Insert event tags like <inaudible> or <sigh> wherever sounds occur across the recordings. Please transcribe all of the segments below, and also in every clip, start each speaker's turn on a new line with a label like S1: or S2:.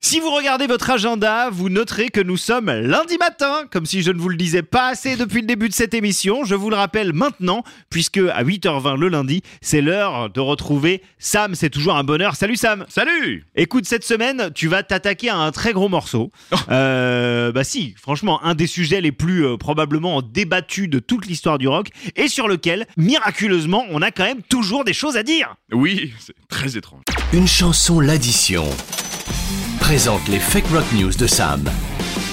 S1: Si vous regardez votre agenda, vous noterez que nous sommes lundi matin, comme si je ne vous le disais pas assez depuis le début de cette émission. Je vous le rappelle maintenant, puisque à 8h20 le lundi, c'est l'heure de retrouver Sam. C'est toujours un bonheur. Salut Sam.
S2: Salut
S1: Écoute, cette semaine, tu vas t'attaquer à un très gros morceau. Euh, bah si, franchement, un des sujets les plus euh, probablement débattus de toute l'histoire du rock et sur lequel, miraculeusement, on a quand même toujours des choses à dire.
S2: Oui, c'est très étrange.
S3: Une chanson l'addition présente les fake rock news de Sam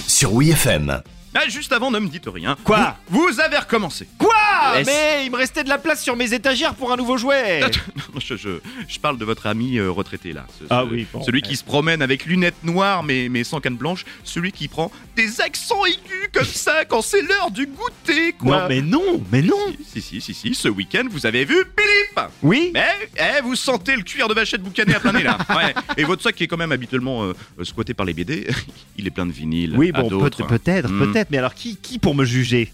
S3: sur WeFM.
S2: Ah, juste avant, ne me dites rien.
S1: Quoi
S2: vous, vous avez recommencé.
S1: Quoi
S2: Yes.
S1: Mais il me restait de la place sur mes étagères pour un nouveau jouet.
S2: Non, Je, je- je parle de votre ami euh, retraité là. Ce-
S1: Ah
S2: ce-
S1: oui, bon.
S2: Celui qui se promène avec lunettes noires mais, mais sans canne blanche. Celui qui prend des accents aigus comme ça quand c'est l'heure du goûter, quoi.
S1: non mais non, mais non.
S2: Si, si, si, si, ce week-end, vous avez vu Philippe
S1: Oui.
S2: Mais eh, vous sentez le cuir de vachette boucané à
S1: <laughs>
S2: plein nez là. Ouais. Et votre sac qui est quand même habituellement euh, euh, squatté par les BD, <laughs> il est plein de vinyles.
S1: Oui,
S2: à
S1: bon, peut-
S2: d'autres.
S1: peut-être, peut-être,
S2: Hmm.
S1: mais alors qui, qui pour me juger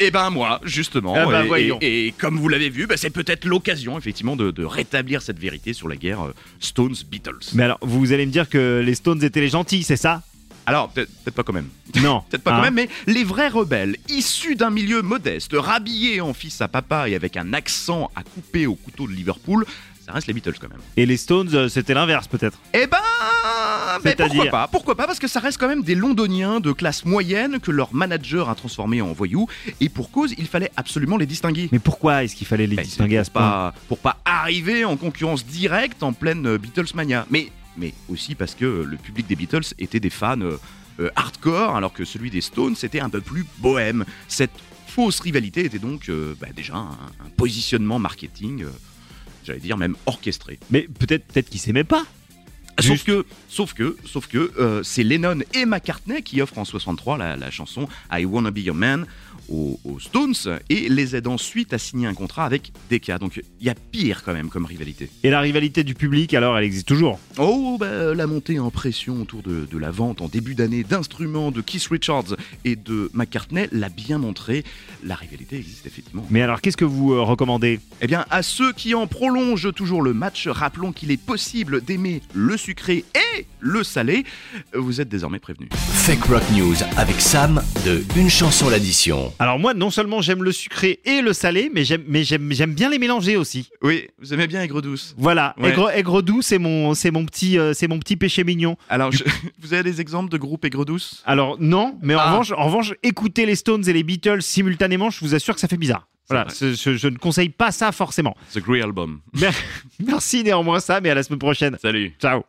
S2: Eh ben moi, justement.
S1: Ah bah
S2: Et-
S1: voyons.
S2: et, et comme vous l'avez vu, bah, c'est peut-être l'occasion effectivement de, de rétablir cette vérité sur la guerre euh, Stones-Beatles.
S1: Mais alors, vous allez me dire que les Stones étaient les gentils, c'est
S2: <laughs>
S1: ça
S2: Alors, peut-être peut-être pas quand même.
S1: Non.
S2: Peut-être pas
S1: Hein
S2: quand même, mais les vrais rebelles, issus d'un milieu modeste, rhabillés en fils à papa et avec un accent à couper au couteau de Liverpool, ça reste les Beatles quand même.
S1: Et les Stones, euh, c'était l'inverse peut-être.
S2: Eh ben, mais pourquoi
S1: C'est-à-dire
S2: pas Pourquoi pas Parce que ça reste quand même des Londoniens de classe moyenne que leur manager a transformés en voyous, et pour cause, il fallait absolument les distinguer.
S1: Mais pourquoi est-ce qu'il fallait les
S2: Ben, c'est
S1: distinguer à ce
S2: pour
S1: point
S2: pas, pour pas arriver en concurrence directe en pleine euh, Beatlesmania. Mais, mais aussi parce que euh, le public des Beatles était des fans euh, euh, hardcore, alors que celui des Stones était un peu plus bohème. Cette fausse rivalité était donc euh, bah, déjà un, un positionnement marketing, euh, j'allais dire même orchestré.
S1: Mais peut-être peut-être qu'ils s'aimaient pas.
S2: Sauf
S1: Juste.
S2: que, sauf que, sauf que, euh, c'est Lennon et McCartney qui offrent en 63 la, la chanson I Wanna Be Your Man aux, aux Stones et les aident ensuite à signer un contrat avec Decca. Donc il y a pire quand même comme rivalité.
S1: Et la rivalité du public, alors, elle existe toujours.
S2: Oh, bah, la montée en pression autour de, de la vente en début d'année d'instruments de Keith Richards et de McCartney l'a bien montré. La rivalité existe effectivement.
S1: Mais alors, qu'est-ce que vous euh, recommandez
S2: Eh bien, à ceux qui en prolongent toujours le match, rappelons qu'il est possible d'aimer le sucré et le salé. Vous êtes désormais prévenus.
S3: Fake rock news avec Sam de Une chanson l'addition.
S1: Alors moi, non seulement j'aime le sucré et le salé, mais j'aime mais j'aime j'aime bien les mélanger aussi.
S2: Oui, vous aimez bien Aigre Douce.
S1: Voilà,
S2: Ouais.
S1: aigre, aigre doux, c'est mon c'est mon petit euh, c'est mon petit péché mignon.
S2: Alors, je- <laughs> vous avez des exemples de groupes Aigre Douce
S1: Alors non, mais en
S2: Ah.
S1: revanche, en revanche, écouter les Stones et les Beatles simultanément, je vous assure que ça fait bizarre.
S2: C'est
S1: Voilà,
S2: vrai.
S1: ce- ce- je ne conseille pas ça forcément.
S2: The Grey Album.
S1: Merci néanmoins ça, mais à la semaine prochaine.
S2: Salut
S1: Ciao.